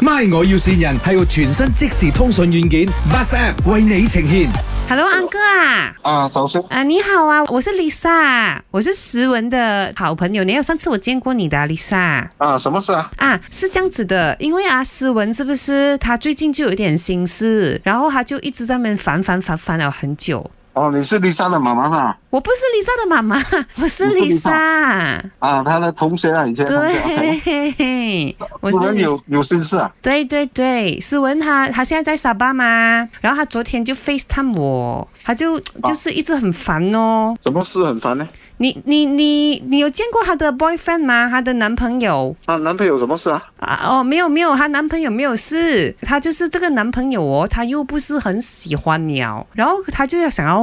My 我要線人係個全新即時通訊軟件 Bus App 為你呈現。 Hello，安哥啊，啊，首先啊你好啊，我是 Lisa，我是石文的好朋友，你有上次我见过你的、啊、Lisa 啊，什么事啊？啊，是这样子的，因为啊，思文是不是他最近就有一点心事，然后他就一直在那边烦烦烦烦了很久。哦，你是丽莎的妈妈啊？我不是 Lisa 的妈 妈，我是你是 Lisa，啊，她的同学啊，以前的同 学。对，我是不能 Lisa 有有心事啊？对对对，思文他他现在在沙巴嘛，然后他昨天就 FaceTime 我，他就就是一直很烦哦。什么事很烦呢？你你你你有见过她的 boyfriend 吗？她的男朋友啊，男朋友什么事啊？啊？哦，没有没有，她男朋友没有事，她就是这个男朋友哦，她又不是很喜欢你哦，然后她就要想要